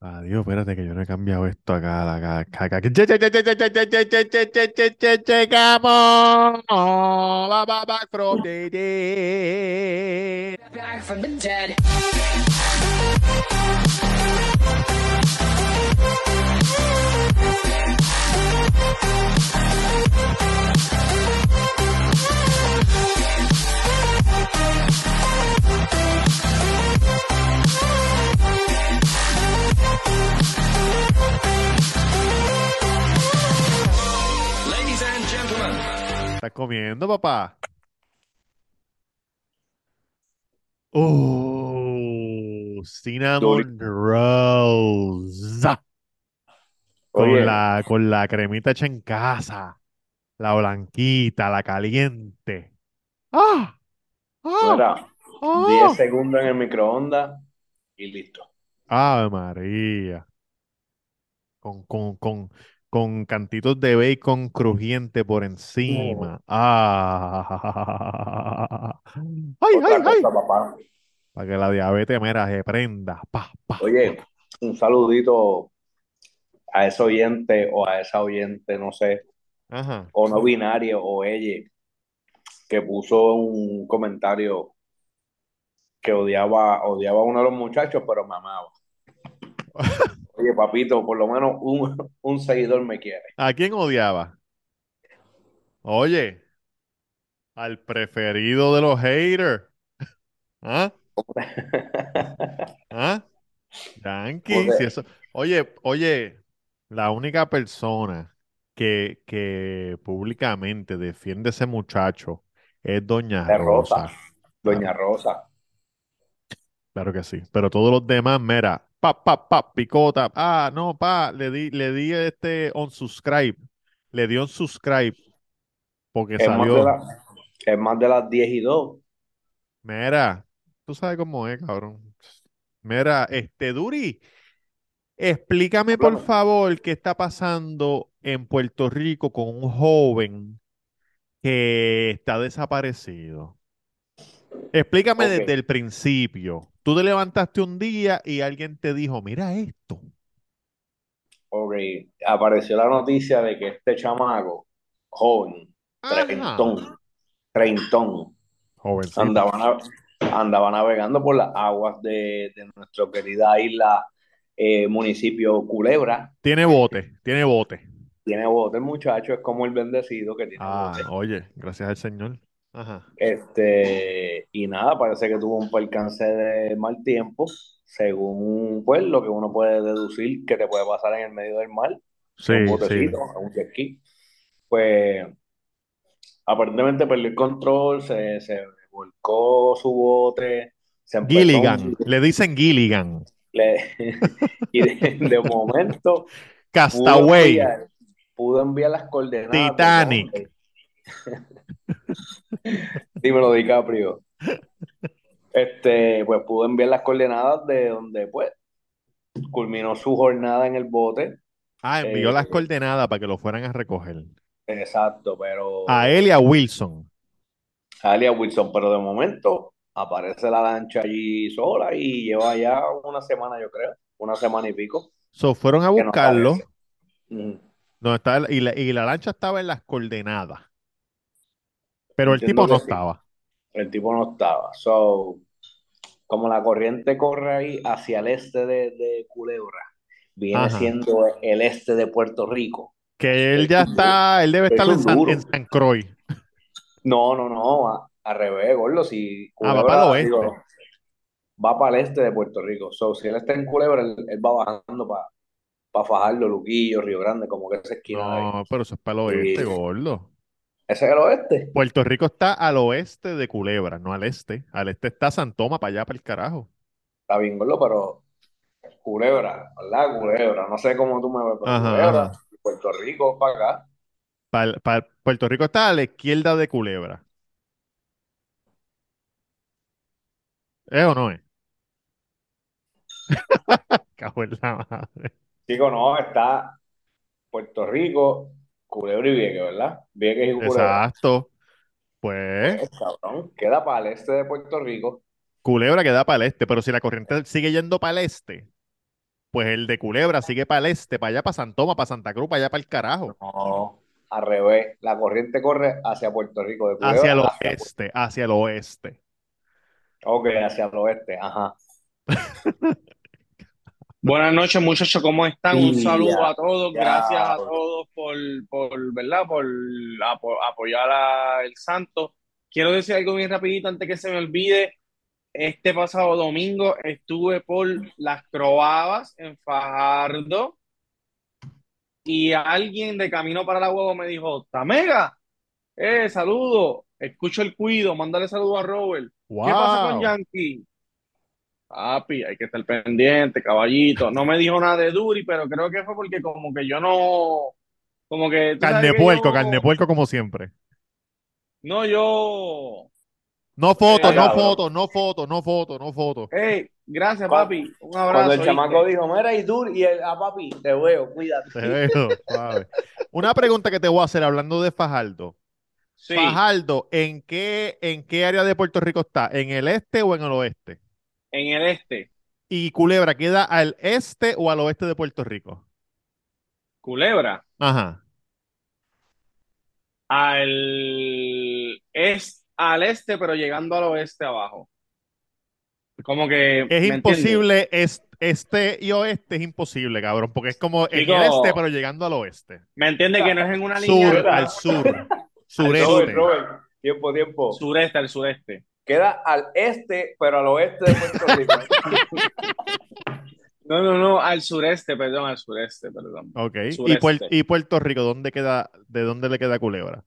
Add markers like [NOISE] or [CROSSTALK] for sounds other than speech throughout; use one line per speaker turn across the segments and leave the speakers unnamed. Adiós, espérate que yo no he cambiado esto acá, acá, acá, acá. Che, che, che, che, che, che, che, che, che, che, che, che, che, Llegamos. Va, va, va, from the dead.
Back from the dead.
Ladies and gentlemen,
¿Estás comiendo, papá? Oh, cinnamon rolls. Con
Oye,
la, con la cremita hecha en casa. La blanquita, la caliente. ¡Ah! ¡Ah!
mira,
¡Ah!
10 segundos en el microondas y listo.
Ave María. Con, con, con, con cantitos de bacon crujiente por encima.
[LAUGHS]
Ah. Ay,
Otra
ay, ay.
cosa, papá.
Para que la diabetes, mera se prenda. Pa, pa.
Oye, un saludito a ese oyente o a esa oyente, no sé,
Ajá.
o no binario o ella, que puso un comentario que odiaba, odiaba a uno de los muchachos, pero me
[LAUGHS]
amaba. Oye, papito, por lo menos un, un seguidor me quiere. [LAUGHS]
¿A quién odiaba? Oye, al preferido de los haters. ¿Ah? ¿Ah? Yankee,
Joder.
si eso. Oye, oye, la única persona que, que públicamente defiende a ese muchacho es Doña
De Rosa.
Rosa.
Doña Rosa.
Claro que sí. Pero todos los demás, mira, pa, pa, pa, picota. Ah, no, pa, le di, le di este unsubscribe. Le di unsubscribe porque
Es más de
salió.
la- es más de las 10 y 2.
Mira, tú sabes cómo es, cabrón. Mira, este Duri, explícame por
Háblame.
favor qué está pasando en Puerto Rico con un joven que está desaparecido. Explícame
Ok.
desde el principio. Tú te levantaste un día y alguien te dijo, mira esto.
Ok, apareció la noticia de que este chamaco, joven,
Ajá.
treintón, treintón,
Jovencito.
andaba, na- andaba navegando por las aguas de, de nuestra querida isla, eh, municipio Culebra.
Tiene bote, tiene bote.
Tiene bote el muchacho, es como el bendecido que tiene
Ah,
bote.
oye, gracias al Señor. Ajá.
Este, y nada, parece que tuvo un percance de mal tiempo, según pues lo que uno puede deducir que te puede pasar en el medio del mar.
Sí,
un
sí.
botecito, un jet ski. Pues aparentemente perdió el control, se, se volcó su bote, se empezó un-
Gilligan, le dicen Gilligan.
le- [LAUGHS] y de, de momento pudo
Castaway,
enviar, pudo enviar las coordenadas.
Titanic.
del bote. [LAUGHS] Dímelo, DiCaprio. Este, pues pudo enviar las coordenadas de donde pues culminó su jornada en el bote.
Ah, envió
Eh,
las coordenadas para que lo fueran a recoger.
Exacto, pero
A él y a Wilson.
Alia Wilson, pero de momento aparece la lancha allí sola y lleva ya una semana, yo creo, una semana y pico,
So, fueron a
que no
buscarlo.
aparece. Mm,
No, está el- y, la, y la lancha estaba en las coordenadas. Pero el
Entiendo
tipo no
que sí.
estaba.
El tipo no estaba. So, como la corriente corre ahí hacia el este de, de Culebra, viene
Ajá.
siendo el este de Puerto Rico.
Que él ya
Es un
está, él debe
es
estar en
un
San,
duro.
en San Croix.
No, no, no, a, al revés, gordo, si
Ah, va
Culebra,
para el
digo,
oeste.
va para el este de Puerto Rico. So, si él está en Culebra, él, él va bajando para Fajardo, Luquillo, Río Grande, como que esa esquina de ahí.
No, pero eso es para el oeste,
Sí.
gordo.
Ese es el oeste.
Puerto Rico está al oeste de Culebra, no al este. Al este está San Tomás, para allá, para el carajo.
Está bien, gordo, pero Culebra, ¿verdad? Culebra. No sé cómo tú me ves, pero
Ajá,
Culebra,
ajá.
Puerto Rico, para acá.
Pa'l- pa'l- Puerto Rico está a la izquierda de Culebra. ¿Es o no es? [LAUGHS] Cago en la madre.
Digo, no, está Puerto Rico, Culebra y Vieques, ¿verdad? Vieques y Culebra.
Exacto. Pues,
Eh, cabrón, queda para el este de Puerto Rico.
Culebra queda para el este, pero si la corriente sigue yendo para el este, pues el de Culebra sigue para el este, para allá, para San Tomás, para Santa Cruz, para allá, para el carajo.
No, al revés. La corriente corre hacia Puerto Rico. De Culebra
Hacia el
hacia-
oeste, hacia el oeste.
Ok, hacia el oeste, ajá.
Buenas noches, muchachos, ¿cómo están? Un
Y
saludo
ya,
a todos,
ya,
gracias a
bro.
todos por, por, ¿verdad? Por apo- apoyar al Santo. Quiero decir algo bien rapidito antes que se me olvide. Este pasado domingo estuve por Las Croabas en Fajardo y alguien de camino para la huevo me dijo, Tamega, eh, saludo, escucho el cuido, mándale saludo a Robert. ¿Qué pasa con
Wow.
Yankee? Papi, hay que estar pendiente, caballito. No me dijo nada de Duri, pero creo que fue porque como que yo no, como que tú sabes
Carne
que
puerco,
yo-
carne puerco como siempre.
No, yo.
No foto,
Eh,
no
cabrón.
foto, no foto, no foto, no foto.
Hey, gracias,
Cuando-
papi. Un
Cuando el
abrazo.
chamaco
¿viste?
dijo, mira, y tú, y el, ah, papi, te veo, cuídate.
Te veo, suave. Una pregunta que te voy a hacer hablando de Fajardo.
Sí,
Fajardo, ¿en qué, ¿en qué área de Puerto Rico está? ¿En el este o en el oeste?
en el este.
¿Y Culebra queda al este o al oeste de Puerto Rico?
Culebra.
Ajá.
Al es al este, pero llegando al oeste abajo. Como que,
Es
¿me entiendes?
imposible, es- este y oeste es imposible, cabrón, porque es como en
Digo-
el este, pero llegando al oeste.
¿Me entiendes que no es en una línea?
Sur,
¿verdad?
al
[LAUGHS]
sur,
Robert,
sureste.
Robert, tiempo, tiempo.
Sureste, al sureste.
Queda al este, pero al oeste de
[LAUGHS]
Puerto Rico.
No, no, no, al sureste, perdón, al sureste, perdón.
Ok. ¿Y,
Sureste.
Puer- y Puerto Rico, ¿dónde queda, de dónde le queda Culebra?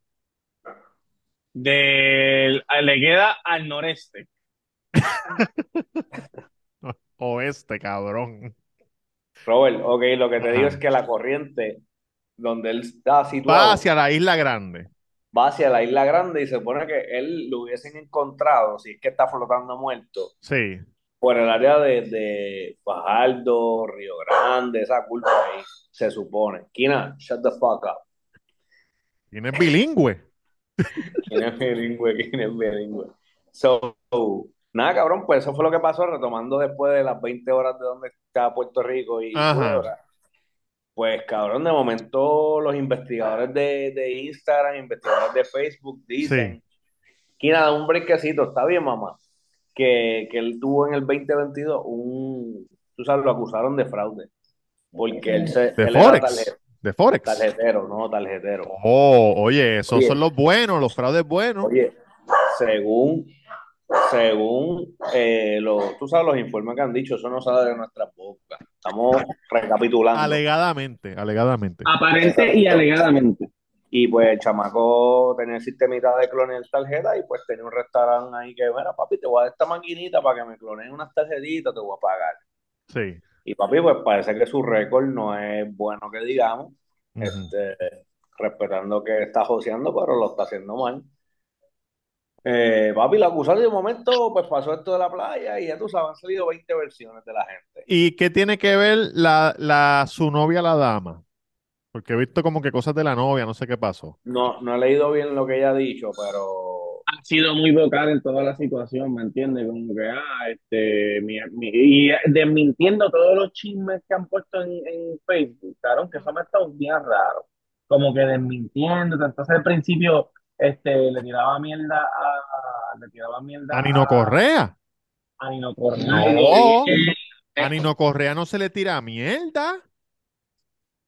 Del, le queda al noreste.
Oeste, cabrón.
Robert, ok, lo que te
Ajá.
digo es que la corriente donde él está situado
Va hacia la isla grande.
va hacia la isla grande y se supone que él lo hubiesen encontrado, si es que está flotando muerto,
Sí.
por el área de, de Fajardo, Río Grande, esa culpa ahí, se supone. Kina, shut the fuck up.
Tienes bilingüe.
Kina es bilingüe, Kina es bilingüe. So, nada, cabrón, pues eso fue lo que pasó, retomando después de las 20 horas de donde está Puerto Rico y
Ajá.
Culebra. Pues, cabrón, de momento los investigadores de, de Instagram, investigadores de Facebook dicen, Kina, da un brequecito, está bien, mamá, que, que él tuvo en el 2022 un, tú sabes, lo acusaron de fraude, porque él, se,
De
él era
Forex.
tarje-
De Forex.
tarjetero, no tarjetero.
Oh, oye, esos
Oye.
son los buenos, los fraudes buenos.
Oye, según, según eh, los, tú sabes los informes que han dicho, eso no sale de nuestras bocas. Estamos recapitulando.
Alegadamente, alegadamente.
Ah. Aparente y alegadamente.
Y pues el chamaco tenía el sistemita de clonear tarjetas y pues tenía un restaurante ahí que, mira, papi, te voy a dar esta maquinita para que me cloneen unas tarjetitas, te voy a pagar.
Sí.
Y papi, pues parece que su récord no es bueno que digamos,
Ujú.
este, respetando que está joseando, pero lo está haciendo mal. Eh, papi, la acusaron y de momento, pues pasó esto de la playa y ya tú sabes, han salido 20 versiones de la gente.
¿Y qué tiene que ver la, la, su novia, la dama? Porque he visto como que cosas de la novia, no sé qué pasó.
No, no he leído bien lo que ella ha dicho, pero
Ha sido muy vocal en toda la situación, ¿me entiendes? Como que, ah, este, mi- mi- y desmintiendo todos los chismes que han puesto en, en Facebook, claro, que eso me ha estado bien raro. Como que desmintiendo, entonces al principio, este, le tiraba mierda a, le tiraba mierda
A Nino Correa.
a Nino Correa.
No.
Eh,
A Nino Correa no se le tira mierda.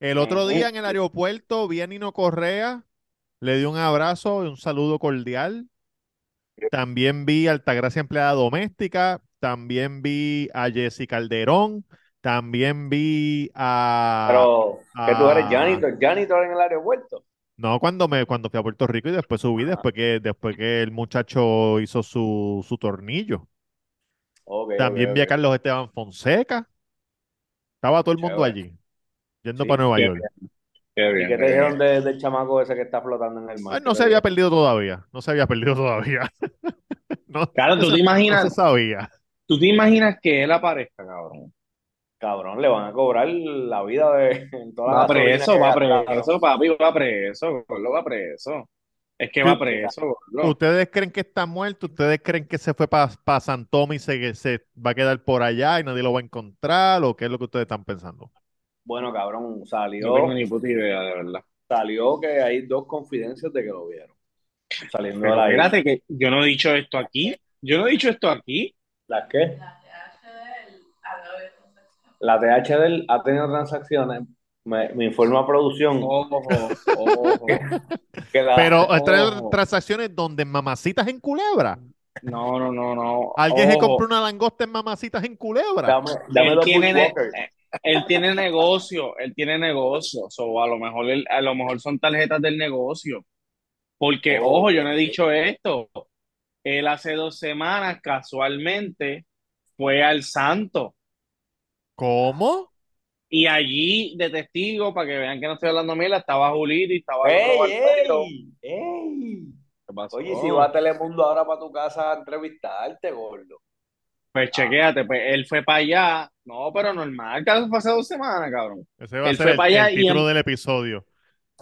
El otro día en el aeropuerto vi a Nino Correa, le di un abrazo y un saludo cordial. También vi a Altagracia Empleada Doméstica, también vi a Jessy Calderón, también vi a...
pero que tú eres
ah.
janitor, janitor en el aeropuerto.
No, cuando me, cuando fui a Puerto Rico y después subí,
Ah.
después que, después que el muchacho hizo su, su tornillo.
Ok,
También
ok,
vi a
ok.
Carlos Esteban Fonseca. Estaba todo el mundo
Chévere.
allí, yendo
Sí,
para Nueva
qué
York.
qué
¿Y qué
bien, qué
te dijeron
bien.
de- del chamaco ese que está flotando en el mar?
Ay, no se había perdido todavía, no se había perdido todavía. [LAUGHS] No,
Claro, tú
no se, no
te imaginas,
se sabía.
¿Tú te imaginas que él aparezca, cabrón?
Cabrón, le van a cobrar la vida de en toda la
Va
gasolina
preso,
que
va
gastaron.
preso, papi, va preso, lo va preso. Es que va preso, gordo.
Ustedes creen que está muerto, ustedes creen que se fue para San Tommy y se, se va a quedar por allá y nadie lo va a encontrar, o qué es lo que ustedes están pensando.
Bueno, cabrón,
No tengo
salió,
ni puta idea, de verdad.
salió que hay dos confidencias de que lo vieron. Saliendo de
Pero
la isla.
espérate, que yo no he dicho esto aquí. Yo no he dicho esto aquí.
¿Las qué? La THD ha tenido transacciones. Me, me informa producción
Ojo, ojo.
que
Ah,
la-
Pero estas
ojo.
transacciones donde en mamacitas en culebra.
No, no, no, no.
Alguien se
Ojo.
compró una langosta en mamacitas en culebra.
dame, dame
él
los
tiene, ne-
Bushwalkers.
eh, él tiene negocio, él tiene negocio. So, a lo mejor él- a lo mejor son tarjetas del negocio. Porque,
Oh.
ojo, yo no he dicho esto. Él hace dos semanas, casualmente, fue al Santo.
¿Cómo?
Y allí, de testigo, para que vean que no estoy hablando mierda, estaba Julito y estaba el otro
¡Ey,
bartero.
ey! ¡Ey!
¿Qué pasó?
Oye, si va a Telemundo ahora para tu casa a entrevistarte, gordo.
Pues chequéate, pues él fue para allá. No, pero normal, que fue hace dos semanas, cabrón.
Ese va a
Él
ser
fue
el,
para allá
el
y
título
em-
del episodio.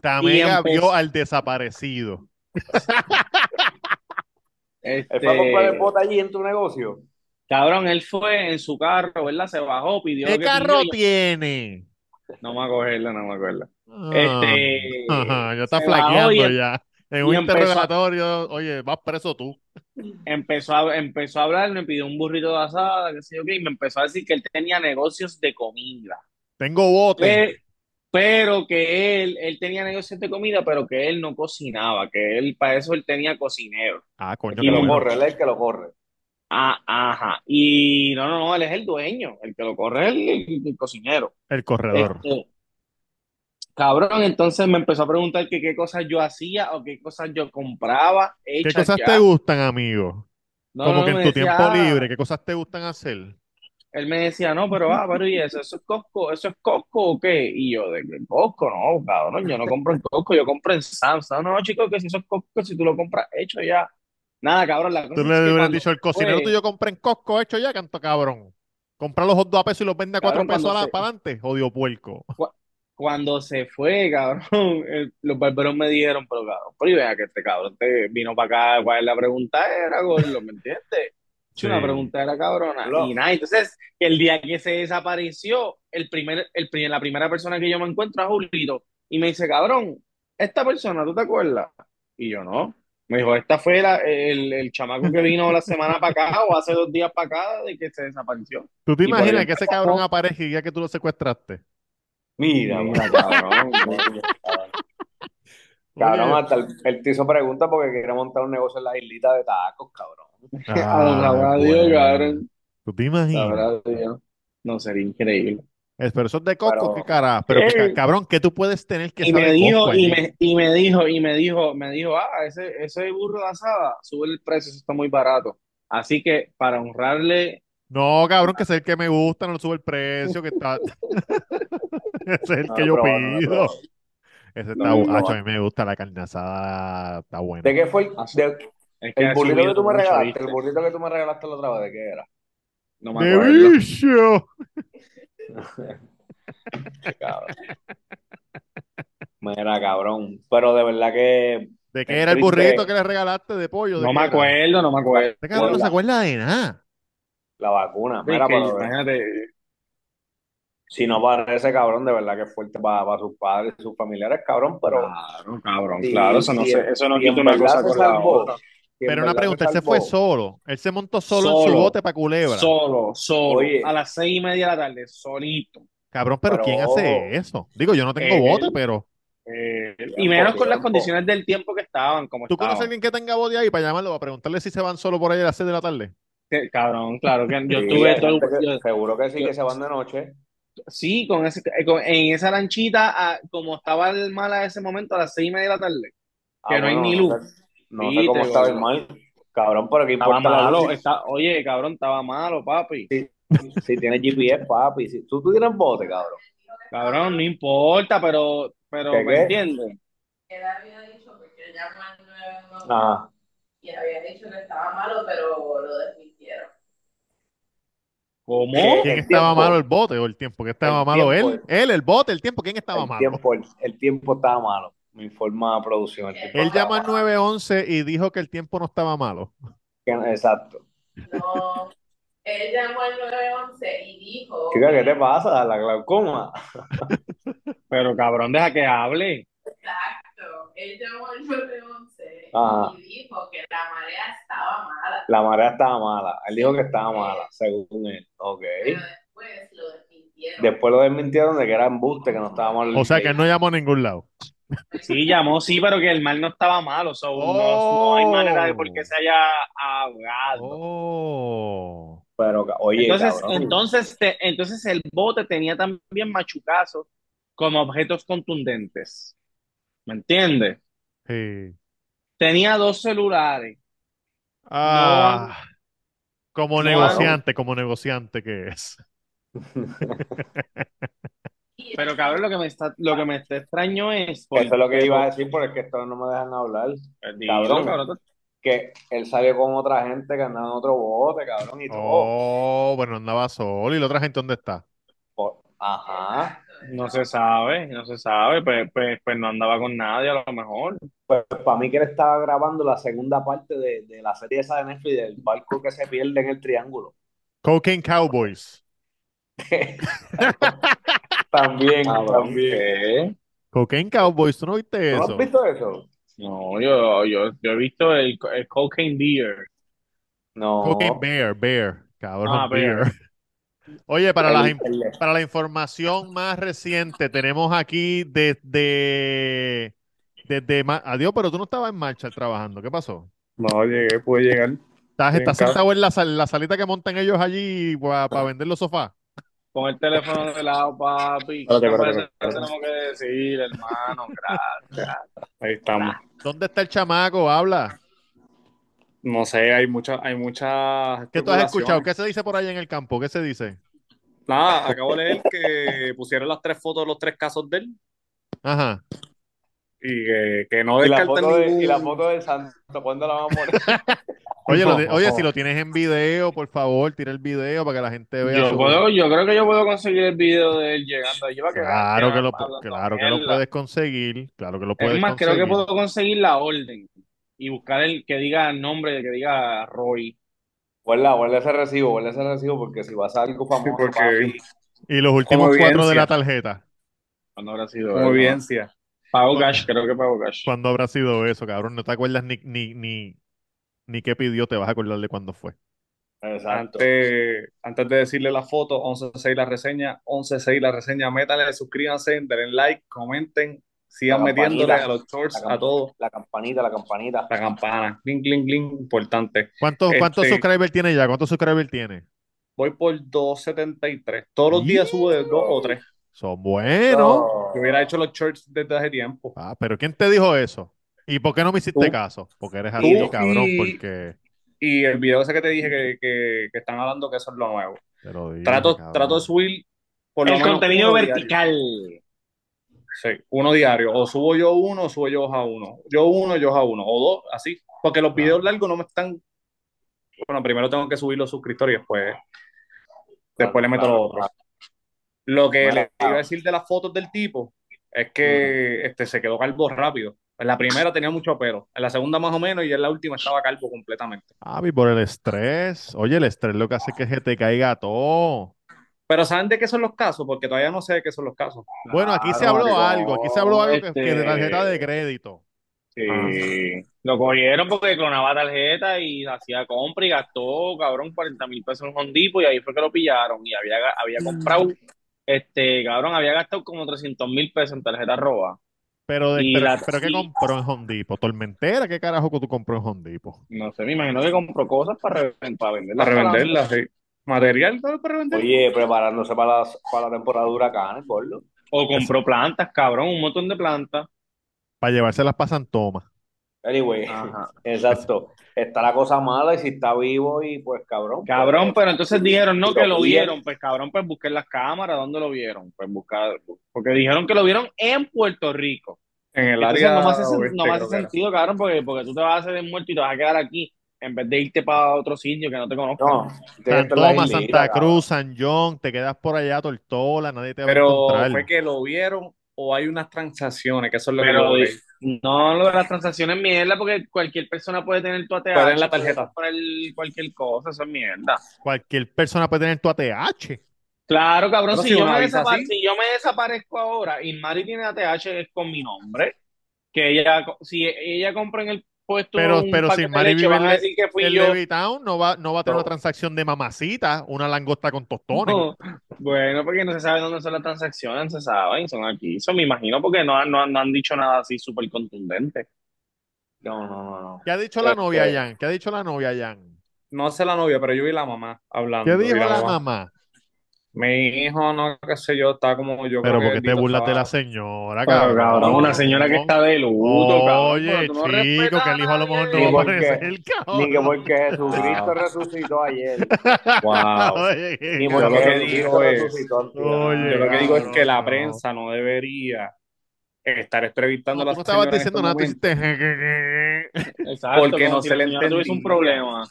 Tamega
empezó-
vio al desaparecido.
Él fue a comprar el
Este,
bote allí en tu negocio.
Cabrón, él fue en su carro, ¿verdad? Se bajó, pidió lo
¿Qué
que
carro
pidió y-
tiene?
No me acuerdo, no me acuerdo.
Ah,
Este,
ajá, ya está
se bajó y
flaqueando
em-
ya. En
y
un
empezó a-
interrogatorio, oye, vas preso tú.
Empezó a, empezó a hablar, me pidió un burrito de asada, qué sé yo qué, y me empezó a decir que él tenía negocios de comida.
Tengo bote.
Pe- Pero, que él, él tenía negocios de comida, pero que él no cocinaba, que él, para eso él tenía cocinero.
Ah, coño,
El
qué
que lo
bueno.
corre, él es el que lo corre.
Ah, ajá. Y no, no, no, él es el dueño, el que lo corre es el, el- el cocinero.
El corredor.
Este, cabrón, entonces me empezó a preguntar que qué cosas yo hacía o qué cosas yo compraba
¿Qué
hechas
cosas
ya.
te gustan, amigo?
No,
Como
no,
que en
me
tu
decía,
tiempo
"Ah".
libre, ¿qué cosas te gustan hacer?
Él me decía, no, pero ah, pero y eso, eso es Costco, eso es Costco o qué? Y yo, de que Costco, no, cabrón,
[LAUGHS]
yo no compro en Costco, yo compro en Samsung. No, chicos, que si eso es Costco, si tú lo compras hecho ya. Nada, cabrón, la
Tú
cosa
le
es que
hubieras
cuando
dicho, el cocinero
fue-
tuyo compra en Costco hecho ya, canto cabrón. Compra los dos a pesos y los vende a cuatro
Cabrón,
pesos
cuando se-
para adelante, odio puerco.
Cuando se fue, [LAUGHS] cabrón, el- los barberos me dijeron, pero cabrón, pero y vea que este cabrón te vino para acá, ¿cuál es la pregunta era, gordo?
[LAUGHS]
¿Me entiendes? Es una
Sí.
pregunta era cabrona.
Lo-
Y nada, entonces, el día que se desapareció, el primer, el, pri- la primera persona que yo me encuentro es Julito, y me dice, cabrón, esta persona, ¿tú te acuerdas? Y yo, no. Me dijo, esta fue la- el, el chamaco que vino la semana para acá, o hace dos días para acá, de que se desapareció.
¿Tú te
Y por
imaginas
ahí
que ese cabrón
empezamos.
aparezca y ya que tú lo secuestraste?
Mira,
Mira, cabrón, [LAUGHS]
Cabrón,
Oye,
hasta el, él te hizo preguntas porque quiere montar un negocio en la islita de tacos, cabrón.
[LAUGHS]
ah,
sabrá
bueno.
Dios, cabrón.
¿Tú te imaginas?
Sabrá Dios. No, sería increíble.
Es, pero eso es de Costco,
Pero-
qué carajo. Pero que, ca-
Eh.
cabrón, ¿qué tú puedes tener que
Y me
saber
dijo,
Costco
y
allí?
me, y me dijo, y me dijo, me dijo, ah, ese, ese burro de asada, sube el precio, eso está muy barato. Así que para honrarle,
No, cabrón, que es el que me gusta, no le sube el precio, que está. [LAUGHS] Ese es el
No
que
lo he
yo
probado, no lo he
pido.
probado.
Ese
No
está
lo he
bu- Acho,
probado.
a mí me gusta la carne asada, está buena.
¿De qué fue el,
Así.
de-
es que
el
ha
burrito
subido
que tú me
mucho,
regalaste?
¿viste?
El burrito que tú me regalaste la otra vez, ¿de qué era?
No me
¡De
acuerdo.
bicho!
Cabrón. Mira, cabrón. Pero de verdad que
¿De qué
El
era el
Chris
burrito
de-
que le regalaste de pollo? ¿De
No
qué
me
era?
acuerdo, no me acuerdo.
Este cabrón no se acuerda de nada.
la vacuna,
Es
mira,
que,
pero
imagínate,
si no para ese cabrón, de verdad que es fuerte para, sus padres y sus familiares, cabrón, pero
claro, cabrón,
Sí,
claro, eso no
sí,
se- eso no
si en
quita una
verdad
cosa
se
con la
salvó,
otra.
si en
Pero una
verdad
pregunta, él se fue
salvó,
solo. Él se montó solo, en su
Solo.
bote para culebra.
Solo, solo,
Oye.
a las seis y media de la tarde, solito.
Cabrón, pero
Pero
¿quién
ojo.
hace eso? Digo, yo no tengo
Él.
bote, pero.
Eh, y
Tiempo,
menos con las
tiempo.
condiciones del tiempo que estaban, como
¿Tú conoces a
estaban.
alguien que tenga bote ahí para llamarlo, para preguntarle si se van solo por ahí a las 6 de la tarde?
Que- Cabrón, claro que yo
Sí,
tuve
hay
todo el-
gente que-
yo-
seguro que sí,
yo-
que se van de noche.
sí, con ese, eh, con- en esa lanchita, ah, como estaba el mal a ese momento, a las seis y media de la tarde,
Ah,
que no hay
bueno,
ni
no
luz.
sé- No sé
Viste,
cómo estaba el
gordo.
mal, cabrón, pero qué
Estaba
importa la luz.
malo, está, oye, cabrón, estaba malo, papi.
Si tienes GPS, papi, si tú tienes bote, cabrón.
Cabrón, no importa, pero, pero,
¿Qué,
¿me
qué?
entiendes?
Él había dicho, pues, porque llaman nuevo
Ajá.
y había dicho que estaba malo, pero lo desmintieron.
¿Cómo?
¿Qué?
¿Quién
El
estaba
tiempo.
malo el bote o el tiempo? ¿Quién estaba
El
malo
tiempo,
él? Él, el bote, el tiempo. ¿Quién estaba
el
malo?
tiempo, el, el tiempo estaba malo. Me informa producción. el tipo
Él
estaba-
llamó al 911 y dijo que el tiempo no estaba malo.
Exacto.
No. [LAUGHS] Él llamó al 911 y dijo
Chica, ¿qué te pasa? La glaucoma.
Pero cabrón, deja que hable.
Exacto. Él llamó al 911
Ajá.
y dijo que la marea estaba mala,
La marea estaba mala. Él dijo que estaba mala, según él. Ok.
pero después lo desmintieron.
Después lo desmintieron de que era embuste, que no estaba mal.
O sea que él no llamó a ningún lado.
Sí, llamó, sí, pero que el mal no estaba malo. so, no- no,
Oh.
hay manera de por qué se haya ahogado.
Oh.
Pero, ca- oye,
Entonces,
cabrón.
entonces, te- entonces el bote tenía también machucazos como objetos contundentes. ¿Me entiendes?
Sí.
Tenía dos celulares.
Ah, como
no
negociante, como negociante que es.
Y
Pero cabrón, lo que me está, lo que me está extraño es pues,
Eso es lo que iba a decir, porque es que esto no me dejan hablar.
Dilo,
cabrón.
cabrón.
Que él salió con otra gente que andaba en otro bote, cabrón, y todo.
Oh, bueno, andaba solo. ¿Y la otra gente dónde está?
Por- Ajá.
No se sabe, no se sabe, pues, pues, pues no andaba con nadie a lo mejor.
Pues para mí que él estaba grabando la segunda parte de, de la serie esa de Netflix, del barco que se pierde en el triángulo.
Cocaine Cowboys.
También,
Cabrón,
también.
¿qué?
Cocaine Cowboys, ¿tú no viste
¿No has
eso?
visto eso?
No, yo, yo, yo he visto el, el Cocaine Deer.
No.
Cocaine Bear, Bear. Cabrón,
Ah, Bear.
Bear. Oye, para las,
El- el-
Para la información más reciente, tenemos aquí desde, desde ma- adiós, pero tú no estabas en marcha trabajando. ¿Qué pasó?
No llegué, pude llegar.
¿Estás,
Estoy en
estás
casa.
sentado en la, sal- la salita que montan ellos allí para
Ah.
vender los sofás?
Con el teléfono de lado, papi. ¿Qué
Espérate,
más
espérate, espérate.
tenemos que decir, hermano? Gracias.
Ahí estamos.
¿Dónde está el chamaco? Habla.
No sé, hay mucha, hay muchas
¿Qué tú has escuchado?
especulaciones.
¿Qué se dice por allá en el campo? ¿Qué se dice?
Nada, acabo de leer que pusieron las tres fotos de los tres casos de él
Ajá.
y que, que no
y, la
descartan
foto de-
ningún...
y la foto del santo, ¿cuándo la vamos a poner?
Oye, lo
No,
ti-
no,
oye,
no.
si lo tienes en video, por favor, tira el video para que la gente vea.
Yo,
su-
puedo- yo creo que yo puedo conseguir el video de él llegando allí para que
Claro
vean
que lo,
va hablando
claro que lo
mierda.
puedes conseguir. Claro que lo puedes
Es más, creo que
conseguir.
puedo conseguir la orden y buscar el que diga el nombre, el que diga Roy.
Vuelve, vuelve ese recibo, vuelve ese recibo, porque si vas a algo famoso,
porque-
papi,
Y los últimos cuatro de la
evidencia.
tarjeta.
Cuando habrá sido
como
él, ¿no?
evidencia.
Pago Cash, creo que Pago Cash.
¿Cuándo habrá sido eso, cabrón? No te acuerdas ni, ni, ni, ni qué pidió, te vas a acordar de cuándo fue.
Exacto.
Antes, antes de decirle la foto, 11.6 la reseña, 11.6 la reseña, métanle, suscríbanse, denle like, comenten, sigan
La
metiéndole
campanita.
a los shorts,
La
a todo,
La campanita, la campanita.
la campana, cling, cling, cling, importante.
¿Cuántos, cuántos
Este-
subscribers tiene ya? ¿Cuántos subscribers tiene?
Voy por 2.73, todos los días sube dos o tres.
Son buenos.
Yo hubiera hecho los shorts desde hace tiempo.
Ah, pero ¿quién te dijo eso? ¿Y por qué no me hiciste
Tú.
caso? Porque eres así,
Tú
cabrón,
y-
porque
Y el video ese que te dije que, que- que están hablando que eso es lo nuevo.
te lo dije,
Trato,
cabrón.
trato de subir por lo
El
menos
contenido
uno
vertical.
diario. Sí, uno diario. O subo yo uno, o subo yo dos a uno. Yo uno, yo dos a uno. O dos, así. Porque los videos largos no me están. Bueno, primero tengo que subir los suscriptores y después, después le meto
Claro,
los otros. Lo que
Bueno,
le iba a decir de las fotos del tipo es que este, se quedó calvo rápido. En la primera tenía mucho pelo. En la segunda más o menos y en la última estaba calvo completamente.
Papi, por el estrés. Oye, el estrés lo que hace es que se te caiga todo.
Pero ¿saben de qué son los casos? Porque todavía no sé de qué son los casos.
Bueno, aquí se
Claro,
habló
maricón,
algo, aquí se habló algo que, que de
este-
tarjeta de crédito.
Sí. Lo cogieron porque clonaba tarjeta y hacía compra y gastó, cabrón, 40 mil pesos en un hondipo y ahí fue que lo pillaron y había, ga- había
Mm.
comprado, este, cabrón, había gastado como 300 mil pesos en tarjeta roba.
Pero, de,
Y
pero,
la-
pero ¿qué
y-
compró en Hondipo? ¿Tormentera? ¿Qué carajo que tú compró en Hondipo?
No sé, me imagino que compró cosas para, reven- para venderlas.
Para revenderla, sí. Material todo para revender.
Oye, preparándose para la, para la temporada de huracanes, gordo.
O compró plantas, cabrón, un montón de plantas.
Para llevárselas para Santoma.
Anyway,
Ajá.
exacto. Está la cosa mala y si está vivo y pues cabrón. pues,
Cabrón, pero entonces dijeron, no, que lo
Lo
vieron. Pues cabrón, pues busqué en las cámaras, ¿dónde lo vieron? Pues buscar, porque dijeron que lo vieron en Puerto Rico.
en el
Entonces,
área.
no me hace, sen-
oeste,
no me hace
creo que era.
sentido, cabrón, porque, porque tú te vas a hacer el muerto y te vas a quedar aquí en vez de irte para otro sitio que no te conozco.
No, tiene que
San
estar la
Tomás,
islita,
Santa
cabrón.
Cruz, San John, te quedas por allá, Tortola, nadie te va a
Pero
encontrar.
fue que lo vieron o hay unas transacciones, que eso es lo que
Pero,
yo
di-
leí.
No, lo de las transacciones es mierda porque cualquier persona puede tener tu ATH.
Pero en la tarjeta.
Por el- cualquier cosa, eso es mierda.
Cualquier persona puede tener tu ATH.
Claro, cabrón,
Pero
si
si
yo
una
me
visa
desapa-
así.
si yo me desaparezco ahora y Mari tiene ATH es con mi nombre, que ella, co- si ella compra en el puesto
Pero-
un
pero si
paquete de
Mari
leche,
vive
van
en
a
Le-
decir que fui
El
yo.
Levitown no va, no va a tener
No.
una transacción de mamacita, una langosta con tostones.
No, [LAUGHS] bueno, porque no se sabe dónde son las transacciones, se saben, son aquí. Eso me imagino porque no, han- no, han- no han dicho nada así súper contundente.
No, no, no, no.
¿Qué ha dicho la
Este-
novia, Jan? ¿Qué ha dicho la novia, Jan?
No sé la novia, pero yo vi la mamá hablando.
¿Qué
vi
dijo la
mamá.
mamá?
Mi hijo, no, qué sé yo, está como yo
Pero
creo que
porque te
Dito
burlas de la
estaba-
señora,
Pero
cabrón.
cabrón, una señora que está de luto, cabrón,
Oye,
tú no
chico,
respetas
que el hijo a lo mejor no
nadie.
va a
Ni porque-
aparecer,
Ni que
cabrón.
porque
[LAUGHS]
Jesucristo resucitó ayer.
Wow.
Oye,
Ni
Yo
porque
lo que digo
Jesucristo
es-
resucitó antes.
Oye,
Yo lo que digo es que la
cabrón,
prensa no debería estar entrevistando
No,
a
tú
la
no estabas
señora en este
diciendo
estos
nada, tú
momentos.
hiciste.
Exacto,
Porque
como
no
si
se
la
le
señora tuviese un
entendía.
problema.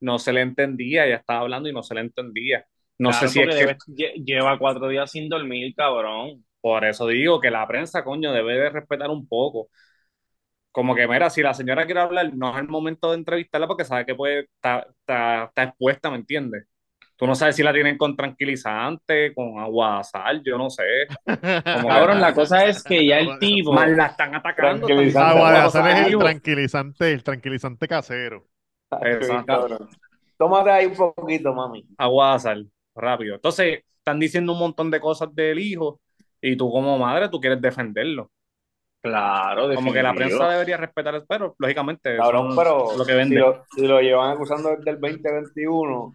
No se le entendía, ella estaba hablando y no se le entendía. No sé
Claro,
si es
porque
que
debe- lle- lleva cuatro días sin dormir, cabrón.
Por eso digo que la prensa, coño, debe de respetar un poco. Como que, mira, si la señora quiere hablar, no es el momento de entrevistarla porque sabe que pues, puede estar expuesta, ¿me entiendes? Tú no sabes si la tienen con tranquilizante, con agua sal, yo no sé. Como que-
Cabrón, la cosa es que ya el tipo,
Más la están atacando,
[LAUGHS]
están diciendo
Tranquilizante.
Agua de
cosas
azar es el
positivas.
tranquilizante, el tranquilizante casero.
Exacto.
Cabrón. Tómate ahí un poquito, mami.
agua de sal, rápido. Entonces, están diciendo un montón de cosas del hijo y tú como madre, tú quieres defenderlo.
claro,
Como que la
definitivo.
prensa debería respetar, eso, pero lógicamente
Cabrón,
son
pero
lo que vende.
si lo, si lo llevan acusando desde el 2021,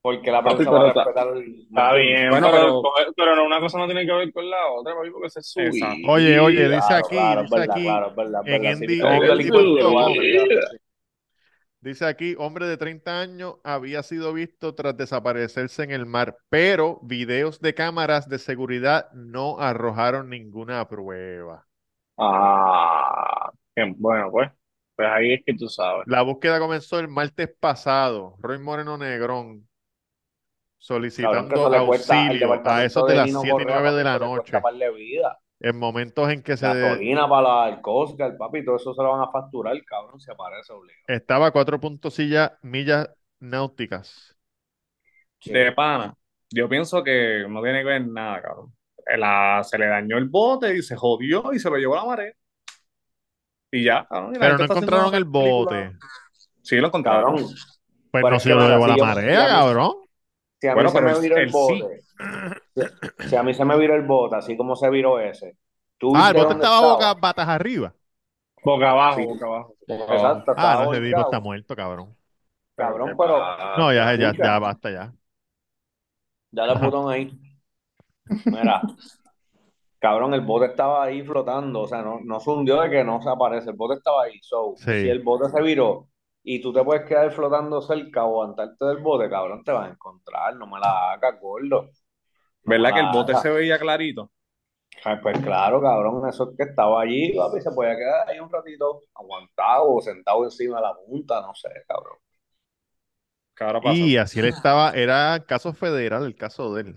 porque la
Papi,
prensa va a
pero está-
respetar el-
Está bien,
Bueno,
pero,
pero-
pero no, una cosa no tiene que ver con la otra, papi, porque se sube.
Exacto.
Oye, oye, dice
Claro,
aquí,
claro, es
dice
verdad,
aquí,
claro, es verdad, es
en
verdad. Sí,
Andy-
tengo
en
que
Andy
discutir,
punto com.
es verdad.
Dice aquí, hombre de 30 años había sido visto tras desaparecerse en el mar, pero videos de cámaras de seguridad no arrojaron ninguna prueba.
Ah, bien, bueno, pues, pues ahí es que tú sabes.
La búsqueda comenzó el martes pasado. Roy Moreno Negrón
Cabrón, que
solicitando
eso le cuesta al
auxilio a
departamento
esos de las
Nino
7 y
Correa,
9 de
papi,
la
eso le
noche,
cuesta par de vida.
en momentos en que se
Este,
de-
Gasolina para el Cosca, el papi, todo eso se lo van a facturar, cabrón, se aparece obligado.
estaba a 4 millas náuticas.
De pana, yo pienso que no tiene que ver nada, cabrón. La- se le dañó el bote y se jodió y se lo llevó la marea. Y ya, cabrón. y la
Pero
gente
no
está haciendo
encontraron el
película.
bote.
Sí, lo encontraron.
Cabrón,
Pues
Pero
no
es
se
que
lo
nada,
llevó
si
la
yo-
marea,
si a mí-
cabrón.
si a mí
Bueno,
se
pero
me viró
el-
el
el sí.
bote, si, si a mí se me viró el bote, así como se viró ese, ¿tú
Ah, el
viste
bote
dónde
estaba
estaba?
boca, patas arriba.
Boca abajo,
Sí.
boca abajo.
Exacto,
Ah,
estaba
no, ese tipo está
volcado,
muerto, cabrón.
cabrón, pero
No, ya, ya,
Ah, escucha,
ya, basta ya.
dale el
Ajá.
botón ahí. Mira, cabrón, el bote estaba ahí flotando, o sea, no, no se hundió de que no se aparece, el bote estaba ahí. So, si
Sí.
el bote se viró y tú te puedes quedar flotando cerca o aguantarte del bote, cabrón, te vas a encontrar, no me la hagas, gordo, no me
¿Verdad que el
la
bote
hagas.
se veía clarito?
Ay, pues claro, cabrón, eso es que estaba allí, papi, se podía quedar ahí un ratito aguantado, sentado encima de la punta, no sé, cabrón.
¿Qué habrá pasado?
Y así él estaba, era caso federal el caso de él.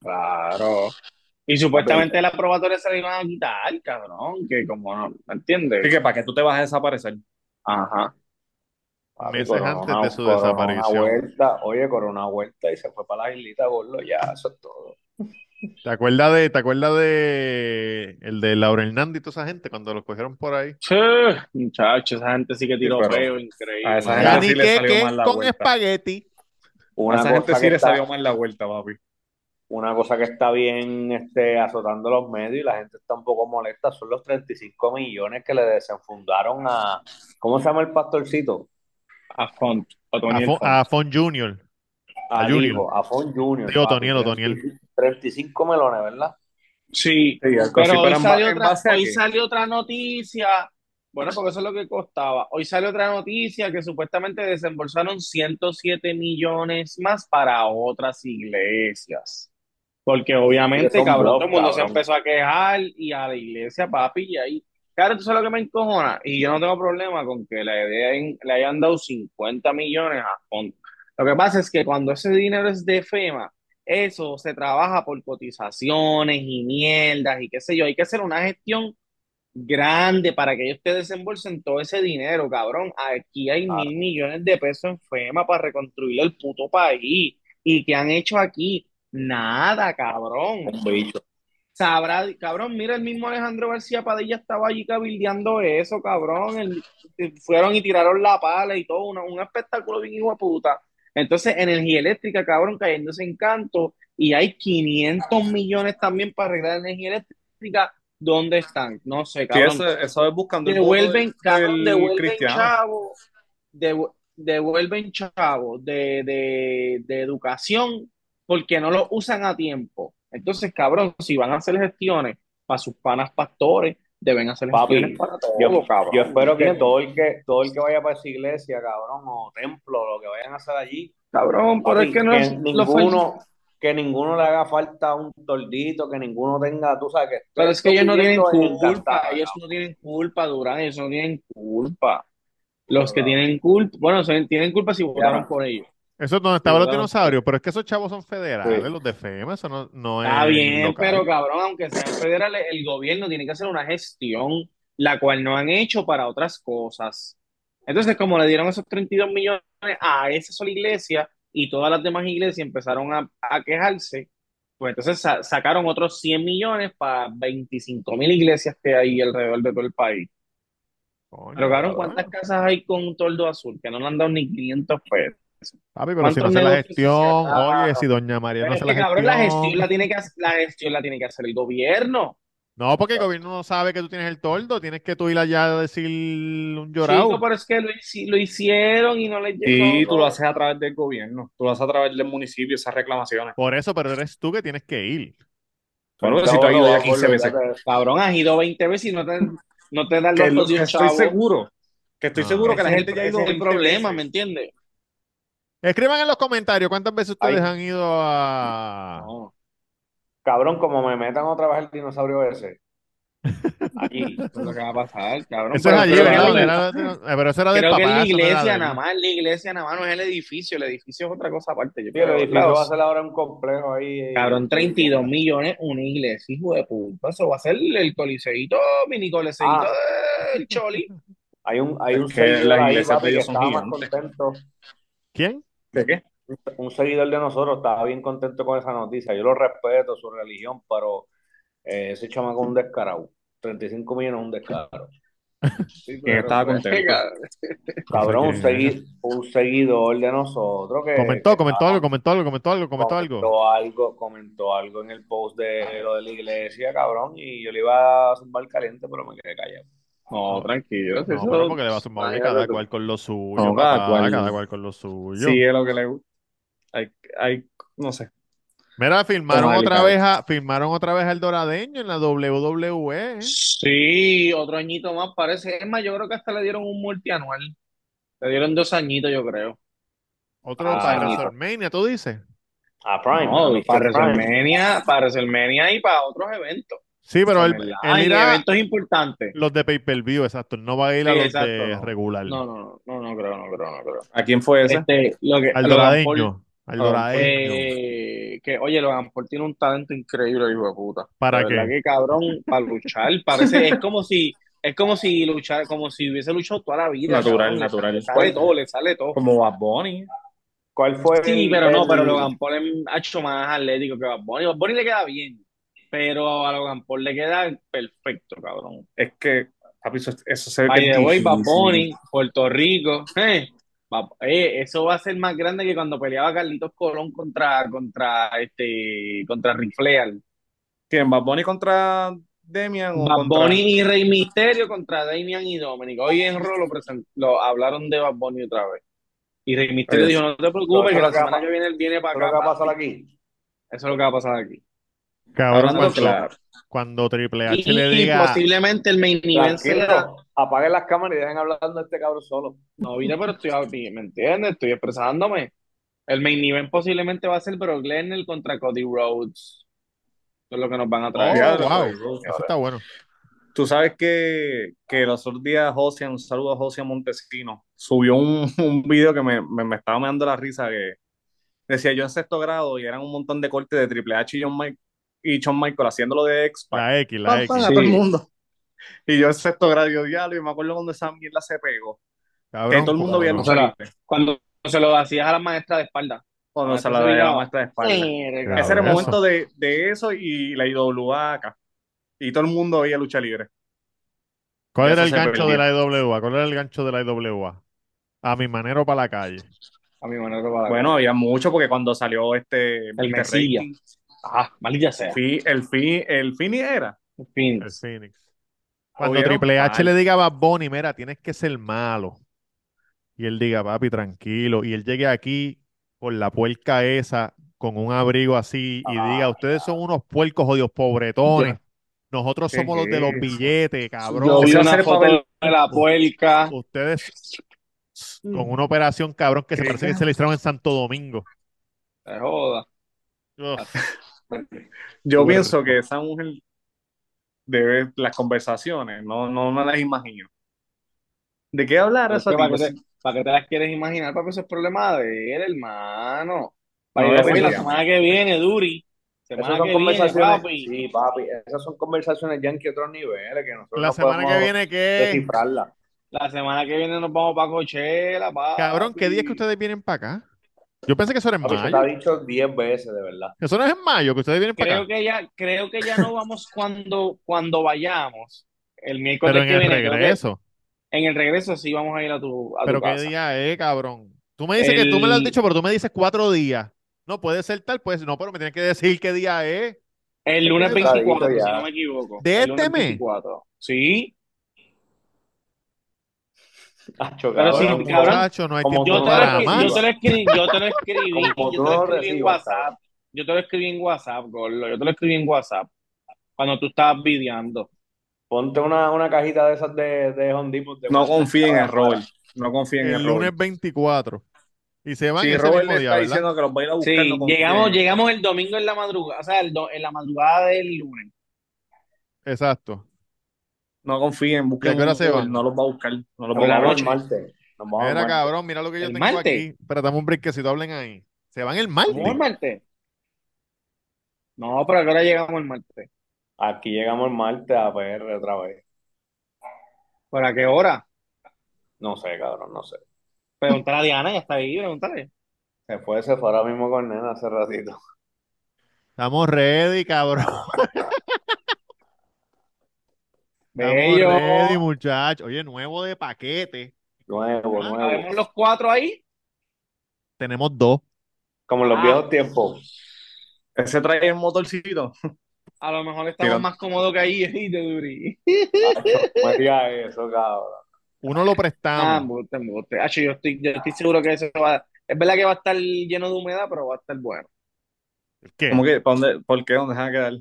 Claro. Y supuestamente la probatoria se la iban a quitar, cabrón, que como no, ¿me
Así
entiendes?
que, ¿para qué tú te vas a desaparecer?
Ajá.
Papi,
Meses
coronó
antes
una-
de su
coronó una
desaparición.
vuelta, oye, coronó una vuelta y se fue para la islita, gordo, ya, eso es todo.
¿Te acuerdas de, te acuerdas de el de Laura Hernández y toda esa gente cuando los cogieron por ahí?
Sí, muchachos, esa gente sí que tiró
Sí, pero
feo, increíble.
a esa
Ya
gente
ni
sí le
que,
salió
que
mal la
con
vuelta.
espagueti.
A
Una
esa gente
cosa
sí
que
le
está,
salió mal la vuelta, papi.
una cosa que está bien este, azotando los medios y la gente está un poco molesta son los 35 millones que le desenfundaron a, ¿cómo se llama el pastorcito?
A Font,
A
Otoniel
Fon,
Font.
a Fon Junior. A
Al
Junior.
hijo, a Fon Junior,
Digo,
papi,
Toniel, Otoniel.
35 35 melones, ¿verdad?
Sí,
Sí, algo así,
pero hoy
pero en ba-
salió
en
otra,
base a
hoy
qué?
salió otra noticia. Bueno, porque eso es lo que costaba. Hoy salió otra noticia que supuestamente desembolsaron 107 millones más para otras iglesias. Porque
Que
obviamente,
son
cabrón, todo
blogs,
el mundo se
cabrón.
empezó a quejar y a la iglesia, papi, y ahí. Claro, tú sabes lo que me encojona. Y yo no tengo problema con que le, den- le hayan dado 50 millones a fondo. Lo que pasa es que cuando ese dinero es de FEMA, eso se trabaja por cotizaciones y mierdas y qué sé yo. Hay que hacer una gestión grande para que ellos te desembolsen todo ese dinero, cabrón. Aquí hay
Claro.
mil millones de pesos en FEMA para reconstruir el puto país. ¿Y qué han hecho aquí? Nada, cabrón.
Un bicho.
Sabrá, cabrón, mira, el mismo Alejandro García Padilla estaba allí cabildeando eso, cabrón. El- eh, fueron y tiraron la pala y todo, una- un espectáculo bien hijo de puta. Entonces, energía eléctrica, cabrón, cayéndose en canto. Y hay 500 millones también para arreglar energía eléctrica. ¿Dónde están? No sé,
Sí,
cabrón.
eso, eso es buscando el voto
Devuelven,
del-
cabrón,
del
devuelven
cristiano.
chavo, devu- devuelven chavo de, de, de educación porque no lo usan a tiempo. Entonces, cabrón, si van a hacer gestiones para sus panas pastores, deben hacer
Papi,
gestiones para todo,
Yo,
cabrón.
yo espero que
¿entiendes?
todo el que todo el que vaya para esa iglesia, cabrón, o templo, lo que vayan a hacer allí,
Cabrón, pero
papi,
es que no
que
es lo fel-
ninguno, que ninguno le haga falta un tordito, que ninguno tenga, tú sabes que
Pero es que ellos no tienen
estoy viendo en
culpa,
Cantabria,
ellos no tienen culpa, Durán, ellos no tienen culpa. Los que
Claro.
tienen culpa, bueno, son- tienen culpa si votaron
no.
por ellos.
Eso es donde estaban los
Claro.
dinosaurios, pero es que esos chavos son federales,
Sí.
los de FEMA, eso no, no
Está
es
bien,
local.
pero cabrón, aunque sean federales, el gobierno tiene que hacer una gestión, la cual no han hecho para otras cosas. Entonces, como le dieron esos 32 millones a esa sola iglesia y todas las demás iglesias empezaron a, a quejarse, pues entonces sa- sacaron otros 100 millones para 25 mil iglesias que hay alrededor de todo el país.
Coño,
Pero cabrón,
cabrón.
¿cuántas casas hay con un toldo azul que no le han dado ni 500 pesos?
Papi, pero si no
¿Cuántos
hace la
negocios se
gestión, oye,
cerraron?
si doña María no
Pero es
hace
que
la
cabrón, la gestión
gestión.
la tiene que hacer, la gestión la tiene que hacer el gobierno.
No, porque el gobierno no sabe que tú tienes el toldo, tienes que tú ir allá a decir un
Chico,
llorado.
pero es que lo, hici- lo hicieron y no les llegó.
Y tú lo haces a través del gobierno, tú lo haces a través del municipio, esas reclamaciones.
Por eso, pero eres tú que tienes que ir.
Santiago
Bueno, si tú has ido
lo va
ya
a
15 veces.
volver a-
Cabrón, has ido 20 veces y no te, no te dan
Que,
los
lo-
dos
que
de un
estoy
chavo.
seguro, que estoy
No.
seguro que
Ese
la
es
gente
el,
ya ha
ese
ido
es el
20
problema,
veces.
¿me entiendes?
Escriban en los comentarios cuántas veces ustedes
Ay.
han ido a...
No.
Cabrón, como me metan otra vez el dinosaurio ese. Allí.
Eso es lo que va a pasar, cabrón.
Eso es allí,
creo que
¿verdad?
es
Donde
la-
era- eh, pero eso era del
creo que es
papá,
la
eso no era
iglesia
de
nada
él.
más, la iglesia nada más no es el edificio, el edificio es otra cosa aparte. Yo
Sí, el
creo,
edificio
la-
va a ser ahora un complejo ahí. eh,
Cabrón, 32 millones, una iglesia, hijo de puta. Eso va a ser el coliseíto, mini coliseíto
Ah.
del Choli.
Hay un, hay
Es
un
que
seguidor
las
ahí,
iglesias de
papi, que
ellos son
estaba más
gigantes.
contento.
¿Quién?
¿De qué?
Un seguidor de nosotros estaba bien contento con esa noticia. Yo lo respeto, su religión, pero eh, ese chamaco es un descarado. 35 millones es un
[LAUGHS]
descaro.
Sí,
¿Quién
pero
estaba
pues,
contento?
cabrón.
No sé
Cabrón, un,
quién es.
segui- un seguidor de nosotros que, que
[LAUGHS] Comentó, comentó
estaba-
algo, comentó algo, comentó algo, comentó algo. Ah.
comentó algo, comentó algo en el post de lo de la iglesia, cabrón, y yo le iba a zumbar caliente, pero me quedé callado.
No,
No,
tranquilo, si
no, pero
eso,
porque le va a sumar de cada
imagínate tú.
cual con lo suyo,
No, cada
papá,
cual
cada cual con lo suyo.
sigue lo que le gusta. Hay, hay, no sé,
Mira,
tema
firmaron otra
delicado.
vez a, firmaron otra vez al doradeño en la WWE. ¿eh?
Sí, otro añito más parece. Es más, yo creo que hasta le dieron un multianual. Le dieron dos añitos, yo creo.
Otro
Dos
para
A,
añitos.
WrestleMania, tú dices.
a
Ah,
Prime, a
No,
Mr.
para
Prime.
WrestleMania, para WrestleMania y para otros eventos.
Sí, pero
En
él,
verdad.
él
Y
irá
eventos importantes.
los de pay-per-view, exacto. No va a ir
Sí,
a los
exacto,
de
no.
regular.
No, no, no, no, no creo, no creo, no creo.
¿A quién fue ese?
Este, lo que,
Al
Logan Paul,
doradeño, al
Logan Paul.
doradeño.
eh, que, oye, Logan Paul tiene un talento increíble, hijo de puta.
¿Para
De verdad
qué?
que cabrón, para luchar, parece, es como si, es como si luchar, como si hubiese luchado toda la vida,
Natural,
cabrón. Le sale,
natural.
le sale todo, le sale todo.
Como Bad Bunny.
¿Cuál fue
Sí,
el,
pero no, pero
el-
Logan Paul es un hacho más atlético que Bad Bunny. Bad Bunny le queda bien, pero a Logan Paul le queda perfecto, cabrón.
Es que, papi, eso, eso se ve que
By
es
the way, Bad
difícil.
Bunny, Puerto Rico, [LAUGHS] eh, Bad- eh, eso va a ser más grande que cuando peleaba Carlitos Colón contra, contra, este, contra Ric Flair.
¿Quién? ¿Bad Bunny contra Demian o
Bad
contra...?
Bunny y Rey Misterio contra Damian y Dominic. Hoy en Raw lo, present- lo hablaron de Bad Bunny otra vez. Y Rey Misterio
Oye,
dijo, no te
pero
preocupes,
eso es
que
lo
la
que va a
semana
pa-
que viene él viene
eso es lo
para
que
acá,
va a pasar
papi.
aquí?
Eso es lo que va a pasar aquí.
Cabrón,
Hablando
cuando,
claro.
cuando Triple H le
Y, y
diga,
posiblemente el main event sea...
Tranquilo, apaguen las cámaras y dejen hablando a este cabrón solo.
No, mira, pero estoy, habi- ¿me entiendes? Estoy expresándome. El main event posiblemente va a ser Brock Lesnar contra Cody Rhodes. Eso es lo que nos van a traer.
oh,
Diablo,
wow,
bro.
eso está bueno.
Tú sabes que, que los otros días José, un saludo a José Montesino, subió un, [LAUGHS] un video que me, me, me estaba dando la risa que decía yo en sexto grado y eran un montón de cortes de Triple H y John Mike, y Shawn Michael haciéndolo de X-Pac.
La X, la
Pa,
X.
pa, Todo el
Sí.
mundo. Y yo en sexto grado, yo diablo, y me acuerdo cuando esa mierda se pegó. Que
Cabrón,
todo el mundo veía los
cabrón.
O sea,
chistes.
cuando se lo hacías a la maestra de espalda.
Cuando
Ah,
se la
entonces
daba
yo-
maestra de espalda.
Mierda,
Cabrón,
Ese era el
eso.
momento de, de eso y la IWA acá. Y todo el mundo veía lucha libre.
¿Cuál
eso
era el
se
gancho de
perdió.
la IWA? ¿Cuál era el gancho de la IWA? A mi manero para la calle.
A mi manera para
Bueno, había mucho porque cuando salió este
el Mesías.
Rating,
Ah, maldita sea.
fi- el fin, el fin era.
Fin.
El Phoenix. Cuando
Oyeron
Triple H
mal.
le diga a Bad Bunny, mira, tienes que ser malo. Y él diga, papi, tranquilo. Y él llegue aquí con la puerca esa, con un abrigo así, y
Ah,
diga, ustedes son unos puercos jodidos pobretones. Nosotros
¿Qué
somos
es
los de los
eso?
billetes, cabrón.
Yo vi
Ese va a
una
ser
foto
Pavel-
de la puerca.
Ustedes con una operación, cabrón, que se
¿Qué?
parece que se le hicieron en Santo Domingo.
Te joda.
Ugh.
Ah,
Yo
Súper
pienso
rico.
que esa mujer debe las conversaciones, no, no me las imagino. ¿De qué hablar
Es
esa
que para,
tipa?
que te, para que te las quieres imaginar, papi, eso es problema de él, hermano.
No,
By the way, la
definitivamente.
semana que viene, Duri. Semana
Esas son
que viene,
conversaciones,
papi.
sí, papi, esas son conversaciones ya en que otros niveles, que nosotros
La
no
semana que
podemos
viene, ¿qué?
descifrarlas.
La semana que viene nos vamos para Coachella, papi.
Cabrón, ¿qué día es que ustedes vienen para acá? Yo pensé que eso era en
Papi, eso te ha
mayo.
dicho 10 veces, de verdad.
Eso no es en mayo, que ustedes vienen para
Creo
acá.
que ya, creo que ya no vamos cuando, cuando vayamos. El miércoles
Pero en
que
el
viene, creo que
regreso.
en el regreso sí vamos a ir a tu, a tu
Pero qué
casa.
día es, cabrón. Tú me dices que tú me lo has
El-
dicho, pero tú me dices cuatro días. No puede ser tal, pues no, pero me tienes que decir qué día es.
El lunes
Eso está
24,
dicho
si
ya.
no me equivoco.
¿De
El
este
lunes
mes?
24. Sí.
Hacho,
Pero Ah, sí,
cabrón,
cabrón,
Muchacho, no hay
como
tiempo
Yo
tú
te,
no
lo
para
eres-
escri-
más.
yo te lo escribí, yo te lo escribí,
Como tú
yo te
no
lo
lo
escribí en
recibas,
WhatsApp. Yo te lo escribí en WhatsApp, Gordo. Yo te lo escribí en WhatsApp. Cuando tú estabas videando.
Ponte una, una cajita de esas de, de Home Depot. de
No
WhatsApp,
confíen en
cabrón,
Robert.
para-
No confíen en
El lunes
Robert.
24. Y se van
Si
ese
Robert
mismo
le
día,
está
¿verdad?
diciendo que los va a ir a
Sí,
buscar, no confíen.
llegamos, llegamos el domingo en la madrugada, o sea, el do- en la madrugada del lunes.
Exacto.
No confíen,
¿Y a
busquen
qué hora
un
se
Uber,
van?
no los va a buscar, no los
Nos
va a
la
vamos
noche.
el martes. Nos vamos el
Mira,
martes.
cabrón, mira lo que yo
¿El
tengo
martes?
aquí. Espérate, dame un brequecito, hablen ahí. Se van el
¿Vamos el
martes.
martes? No, pero ahora llegamos el martes.
Aquí llegamos el martes a PR otra vez.
¿Para qué hora?
No sé, cabrón, no sé.
Preguntar a Diana, ya está ahí, pregúntale.
Se fue, se fue ahora mismo con nena hace ratito. [LAUGHS]
Estamos ready, cabrón.
[LAUGHS]
Estamos
Bello.
ready, muchachos. Oye, nuevo de paquete.
Ah,
Nuevo, nuevo.
¿Sabemos los cuatro ahí?
Tenemos dos.
Como en los
Ah.
viejos
[LAUGHS]
tiempos.
Ese trae el motorcito.
A lo mejor estamos
Tira.
más cómodos que ahí, [LAUGHS] ¿eh? de Duri.
No me digas eso, cabrón.
Uno lo
Ah,
prestamos.
embuste, embuste. Hacho, yo estoy, yo estoy seguro que eso va. Es verdad que va a estar lleno de humedad, pero va a estar bueno.
¿Qué?
¿Cómo que? ¿Para dónde- ¿Por qué? ¿Dónde se va a quedar?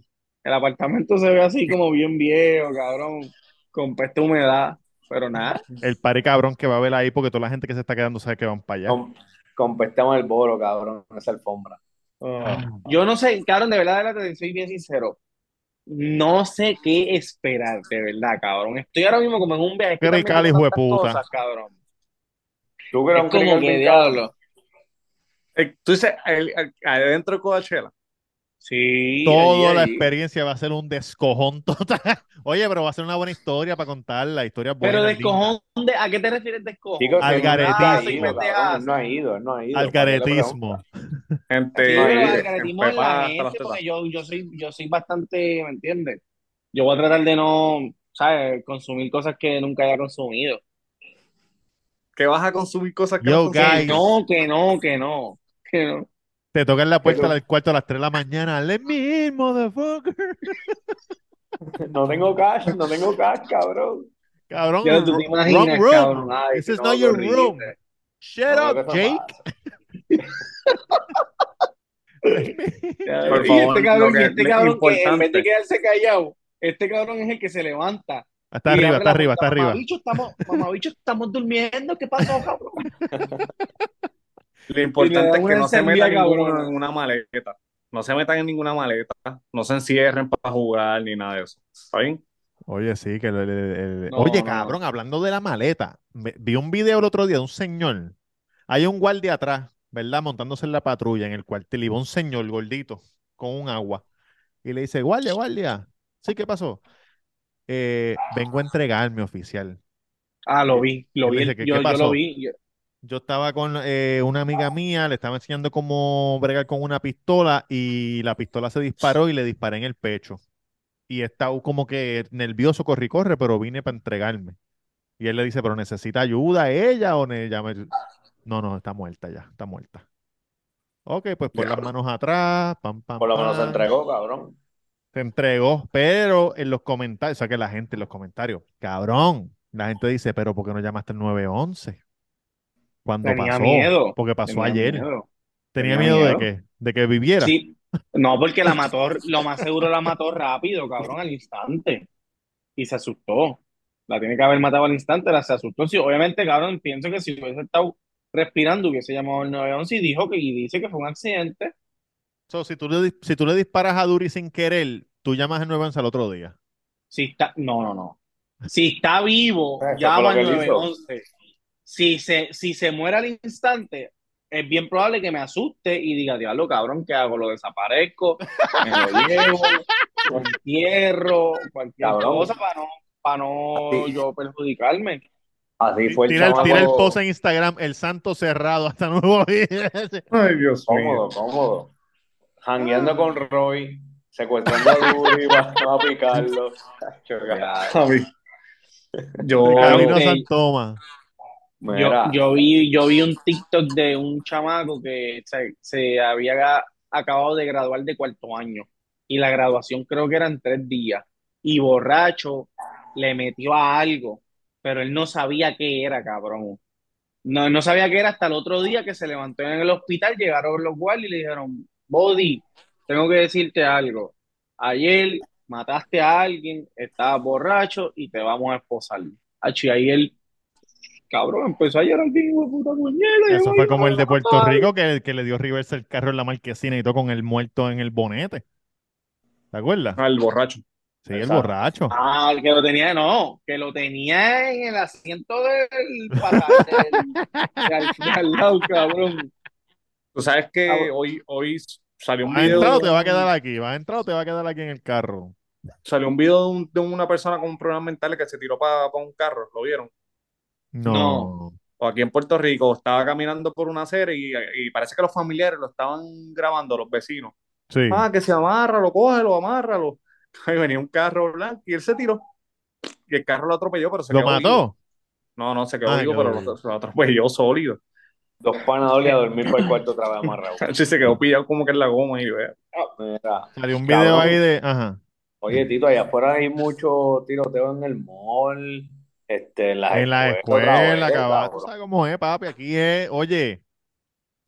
El apartamento se ve así como bien viejo, cabrón, con peste humedad, pero nada.
El pari cabrón que va a haber ahí, porque toda la gente que se está quedando sabe que van para allá.
Com- Compestamos el bolo, cabrón, con esa alfombra.
Ah.
Ah. Yo no sé, cabrón, de verdad, de verdad, te soy bien sincero. No sé qué esperar, de verdad, cabrón. Estoy ahora mismo como en un viaje. es que
Qué
también
rical,
tengo
hijo de
tantas
puta.
cosas, cabrón.
¿Tú
Es
crees un
como
crical
que,
bien cabrón?
diablo.
Eh, Tú dices, el- el- adentro de Coachella.
Sí,
Toda
allí,
la
allí.
experiencia va a ser un descojón [LAUGHS] total. Oye, pero va a ser una buena historia para contarla. Historia buena.
Pero descojón, de- ¿a qué te refieres descojón?
Chicos, que él
Algaretismo.
nunca ha ido,
Algaretismo.
cabrón, él no ha ido, él no ha ido.
Al
¿Para
caretismo.
Gente,
Sí,
No,
pero
ahí,
el
en
algaretismo es
pepa
la
hasta las
gente,
tetas.
porque yo, yo soy, yo soy bastante, ¿me entiendes? Yo voy a tratar de no, ¿sabes? Consumir cosas que nunca haya consumido.
Que vas a consumir cosas que
Yo,
no consumes.
Que
guys.
no, que no, que no, que no.
Te tocan la puerta
Pero-
del cuarto a las 3 de la mañana. Let me in, motherfucker.
le No tengo cash, no tengo cash, cabrón.
Cabrón.
Ya tú te
wrong
imaginas,
room.
cabrón. Ay,
This is
no,
not
qué
your
horrible.
room. Shut
No,
up,
¿qué te
Jake.
pasa?
Ya,
Por
y
favor,
este cabrón,
lo
y
que
este
es
cabrón que en vez de
importante.
quedarse callado, este cabrón es el que se levanta.
Hasta
y
arriba, [LAUGHS]
abre
está
la
arriba,
puerta,
está arriba.
Mamabicho, estamos, mamabicho, estamos durmiendo. ¿Qué pasó, cabrón?
Lo
Y le da
importante es que
una
no se
encendida,
metan ninguno
cabrona.
en una maleta. No se metan en ninguna maleta. No se encierren para jugar ni nada de eso. ¿Está bien?
Oye, sí, que el- el- el-
No,
Oye,
no,
cabrón, hablando de la maleta, me- vi un video el otro día de un señor. Hay un guardia atrás, ¿verdad? Montándose en la patrulla en el cuartel y va un señor gordito con un agua. Y le dice, guardia, guardia. Sí, ¿qué pasó? eh, vengo a entregarme oficial.
Ah, lo vi, lo
Él
vi.
dice que,
yo,
¿qué
yo
pasó?
lo vi. yo-
Yo estaba con eh, una amiga mía, le estaba enseñando cómo bregar con una pistola y la pistola se disparó y le disparé en el pecho. Y estaba como que nervioso, corre, y corre, pero vine para entregarme. Y él le dice, pero necesita ayuda ella o ne- ya me- No, no, está muerta ya, está muerta. Ok, pues pon las
Diablo.
manos atrás, pam, pam,
Por lo menos se
pam.
entregó,
[LAUGHS]
cabrón.
Se entregó, pero en los comentarios, o sea que la gente en los comentarios, cabrón, la gente dice, pero ¿por qué no llamaste al 911? Cuando
Tenía
pasó,
miedo.
porque pasó
Tenía
ayer.
miedo.
¿Tenía,
Tenía
miedo, de
miedo.
que ¿De que viviera?
Sí, no, porque la mató, lo más seguro la mató rápido, cabrón, al instante. Y se asustó. La tiene que haber matado al instante, la se asustó. Sí, obviamente, cabrón, pienso que si hubiese estado respirando, hubiese llamado al 911 y dijo que, y dice que fue un accidente.
So, si tú le, dis- si tú le disparas a Duri sin querer, tú llamas al 911 al otro día.
Si está, no, no, no. Si está vivo,
Eso
llama
fue
al
lo que él hizo.
911. Si se, si se muere al instante, es bien probable que me asuste y diga, diablo, cabrón, ¿qué hago? ¿Lo desaparezco? ¿Me lo llevo? ¿Lo entierro? Cualquier
Cabrón.
cosa para no, para no
Sí.
yo perjudicarme.
Así fue el
Tira el,
chamaco.
tira el post en Instagram, el santo cerrado, hasta [LAUGHS] nuevo día.
Ay, Dios mío.
Cómodo, cómodo. Jangueando con Roy, secuestrando a Luri, va a picarlo. Chacho, cara.
Javi. Yo,
De camino a
ok.
San Tomás.
Yo,
Mira,
yo vi, yo vi un TikTok de un chamaco que se, se había ga- acabado de graduar de cuarto año y la graduación creo que eran tres días y borracho le metió a algo, pero él no sabía qué era, cabrón. No, no sabía qué era hasta el otro día que se levantó en el hospital, llegaron los guardias y le dijeron, Body, tengo que decirte algo. Ayer mataste a alguien, estabas borracho y te vamos a esposar. Achi, ahí él cabrón, empezó a llorar bien, hijo de puta puñera, y
Eso
yo,
fue
ay,
como el de Puerto
ay.
Rico que, que le dio reversa el carro en la marquesina y todo con el muerto en el bonete. ¿Te acuerdas?
al borracho.
Sí, el
Exacto.
borracho.
Ah, que lo tenía, no, que lo tenía en el asiento del pasaje, del, de al- de al lado, cabrón.
Tú sabes que
Ah, bueno.
hoy, hoy salió un
¿Vas a
video.
entrar o te
de
va a
un-
quedar aquí? ¿Vas a entrar o te va a quedar aquí en el carro?
Salió un video de, un- de una persona con problemas mentales que se tiró para un carro. ¿Lo vieron?
No.
o aquí en Puerto Rico, estaba caminando por una serie y, y parece que los familiares lo estaban grabando, los vecinos.
Sí.
Ah, que se amarra, lo coge, lo amarra. Lo... [LAUGHS] Ahí venía un carro blanco y él se tiró. Y el carro lo atropelló, pero se
¿Lo
quedó vivo.
mató?
No, no, se quedó
Ah,
vivo,
quedó
pero
vivo.
lo, lo atropelló sólido. [LAUGHS]
dos panadores a dormir por el cuarto otra vez amarrado.
Sí, se quedó pillado como que en la goma y eh, vea.
Mira.
Salió un video
Cabrón.
ahí de. Ajá.
Oye, Tito, allá afuera hay mucho tiroteo en el mall, este, en las
En
pues,
la
escuelas, otra
escuela,
vez,
cabrón. Tú
cabrón.
sabes cómo es, papi. Aquí es, oye,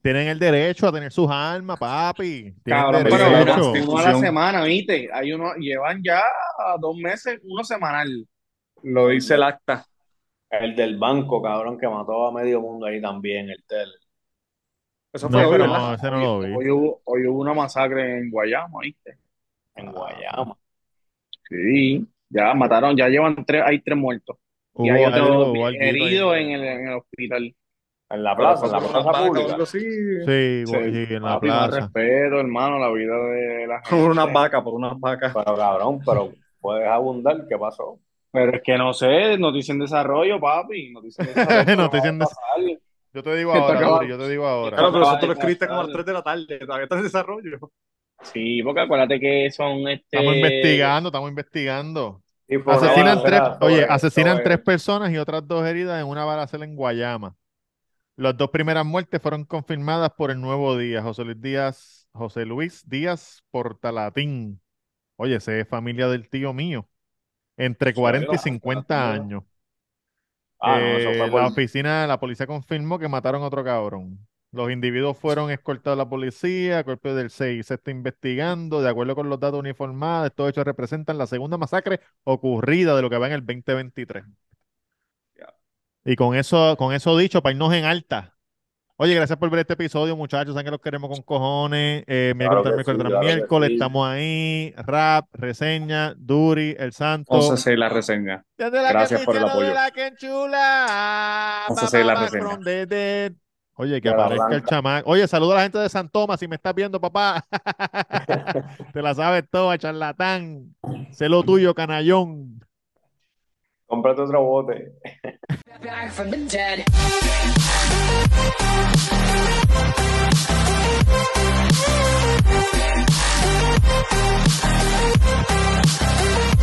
tienen el derecho a tener sus armas, papi. Tienen
Cabrón,
derecho.
pero
la
uno-
constitución.
uno a la semana, ¿viste? Hay uno, llevan ya dos meses, uno semanal.
Lo dice el acta.
El del banco, cabrón, que mató a medio mundo ahí también, este, el tel.
Eso fue
no,
hoy,
pero
¿verdad?
no, ese no lo vi.
Hoy hubo, hoy hubo una masacre en Guayama, ¿viste?
En Guayama.
Sí, ya mataron, ya llevan tres, hay tres muertos. Y hay
Hubo
otro
algo, hubo alguito ahí.
herido en el, en el hospital.
En la plaza, en la
Pero fue
plaza
una vaca o
pública.
algo así.
Sí,
Sí,
hubo- sí, en la
Papi, más
plaza.
respeto, hermano, la vida de la
Por
gente.
unas vacas, por unas vacas.
Pero, cabrón, pero puedes abundar, ¿qué pasó?
Pero es que no sé, noticia en desarrollo, papi. Noticia en
[LAUGHS]
desarrollo.
Noticia en
acaba de pasar.
Yo te digo
Esto
ahora,
acaba-
Duri, yo te digo ahora.
Claro, pero eso tú lo
Ay,
escribiste como a las
claro.
3 de la tarde. Todavía está en desarrollo.
Sí, porque acuérdate que son este.
Estamos investigando, estamos investigando.
Y fue una
Asesinan tres,
balacera
oye,
sobre-
asesinan
sobre-
tres personas y otras dos heridas en una balacera en Guayama. Las dos primeras muertes fueron confirmadas por el Nuevo Día, José Luis Díaz, José Luis Díaz Portalatín. Oye, ese es familia del tío mío, entre 40 y 50 años.
Ah, no, eso
Eh,
fue por-
la oficina, la policía confirmó que mataron a otro cabrón. Los individuos fueron escoltados a la policía, cuerpo del 6 se está investigando. De acuerdo con los datos uniformados, estos hechos representan la segunda masacre ocurrida de lo que va en el 2023.
Ya.
Y con eso, con eso dicho, para irnos en alta. Oye, gracias por ver este episodio, muchachos. Saben que los queremos con cojones. Eh, miércoles,
Claro que
tras miércoles, tras
sí, claro que
miércoles,
sí.
estamos ahí. Rap, reseña, Duri, El Santo.
Entonces, sí, la reseña.
Desde la
Gracias
que
por el
pichea, desde
apoyo.
la que enchula.
Vamos a
Ah, Pa,
hacer
pa,
la
pa,
reseña.
from the dead. Oye, que
De la
aparezca el
blanca.
chamaco. Oye, saludo a la gente de San Tomás, si me estás viendo,
[LAUGHS]
papá. Te la sabes toda, charlatán. Sé lo tuyo, canallón.
Cómprate otro bote.
Back from the dead.
Ladies